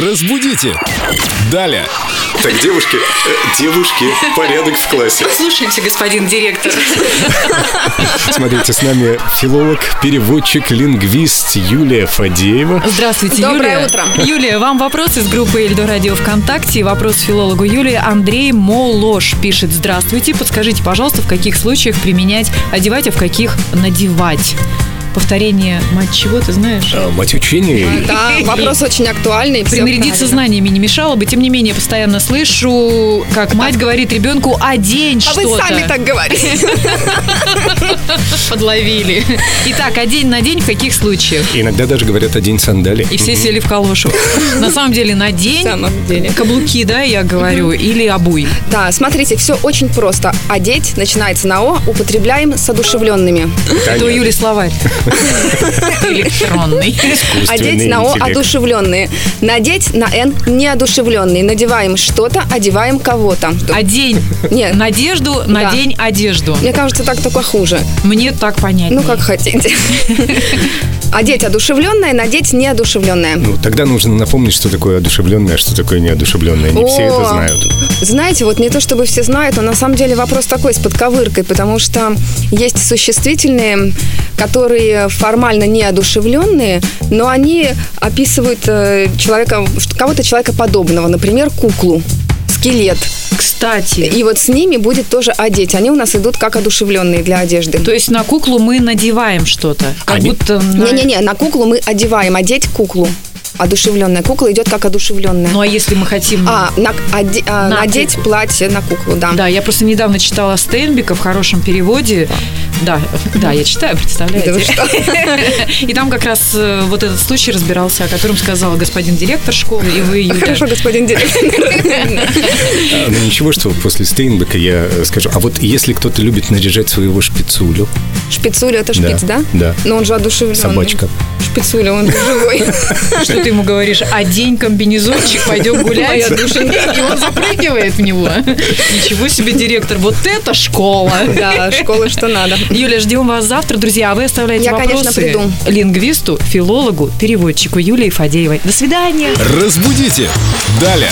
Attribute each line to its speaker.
Speaker 1: Разбудите! Далее!
Speaker 2: Так, девушки, э, девушки, порядок в классе.
Speaker 3: Слушаемся, господин директор.
Speaker 1: Смотрите, с нами филолог, переводчик, лингвист Юлия Фадеева.
Speaker 4: Здравствуйте,
Speaker 3: Доброе
Speaker 4: Юлия.
Speaker 3: утро.
Speaker 4: Юлия, вам вопрос из группы Эльдо Радио ВКонтакте. Вопрос филологу Юлии Андрей Молош пишет. Здравствуйте, подскажите, пожалуйста, в каких случаях применять одевать, а в каких надевать? Повторение мать чего, ты знаешь?
Speaker 1: А, Мать учения.
Speaker 3: Да, вопрос очень актуальный. всё
Speaker 4: Принарядиться
Speaker 3: правильно.
Speaker 4: знаниями не мешало бы, тем не менее, постоянно слышу, как мать говорит ребенку, одень
Speaker 3: А
Speaker 4: что-то.
Speaker 3: вы сами так говорите.
Speaker 4: подловили. Итак, одень на день в каких случаях?
Speaker 1: Иногда даже говорят «одень сандали».
Speaker 4: И все сели в калошу. На самом деле, на день
Speaker 3: самом деле.
Speaker 4: каблуки, да, я говорю, или обуй.
Speaker 5: Да, смотрите, все очень просто. Одеть начинается на О, употребляем с одушевленными.
Speaker 4: Это у Юли словарь. Электронный.
Speaker 5: Одеть на О одушевленные. Надеть на Н неодушевленные. Надеваем что-то, одеваем кого-то.
Speaker 4: Одень
Speaker 5: Нет.
Speaker 4: А надежду, надень одежду.
Speaker 5: Мне кажется, так только хуже.
Speaker 4: Мне так понятно.
Speaker 5: Ну, как хотите. Одеть одушевленное, надеть неодушевленное.
Speaker 1: Ну, тогда нужно напомнить, что такое одушевленное, а что такое неодушевленное. Не все это
Speaker 5: О.
Speaker 1: знают.
Speaker 5: Знаете, вот не то чтобы все знают, но на самом деле вопрос такой с подковыркой, потому что есть существительные, которые формально неодушевленные, но они описывают э, человека, что- кого-то человека подобного, например, куклу, скелет.
Speaker 4: Кстати,
Speaker 5: И вот с ними будет тоже одеть. Они у нас идут как одушевленные для одежды.
Speaker 4: то есть на куклу мы надеваем что-то. Как
Speaker 1: Они-
Speaker 4: будто... на-
Speaker 5: Не-не-не, на куклу мы одеваем, одеть куклу. Одушевленная кукла идет как одушевленная.
Speaker 4: Ну, а если мы хотим...
Speaker 5: А, на- оде- а,
Speaker 4: На
Speaker 5: надеть
Speaker 4: куклу.
Speaker 5: платье на куклу, да.
Speaker 4: Да, я просто недавно читала Стенбека в хорошем переводе. Да, да, я читаю,
Speaker 5: Да вы
Speaker 4: представляете.
Speaker 5: что?
Speaker 4: И там как раз э, вот этот случай разбирался, о котором сказал господин директор школы, и вы, Юля.
Speaker 5: Хорошо, господин директор.
Speaker 1: А, Ну, ничего, что после Стейнбека я э, скажу. А вот если кто-то любит наряжать своего шпицулю,
Speaker 5: Шпицуля это шпиц,
Speaker 1: Да,
Speaker 5: да?
Speaker 1: да.
Speaker 5: Но он же одушевленный.
Speaker 1: собачка,
Speaker 5: Шпицуля, он же живой.
Speaker 4: Что ты ему говоришь? Одень комбинезончик, пойдем гулять. И он запрыгивает в него. Ничего себе, директор, вот это школа.
Speaker 5: Да, школа что надо.
Speaker 4: Юля, ждем вас завтра, друзья. А вы оставляете
Speaker 5: Я, конечно,
Speaker 4: вопросы
Speaker 5: приду.
Speaker 4: лингвисту, филологу, переводчику Юлии Фадеевой. До свидания.
Speaker 1: Разбудите! Далее!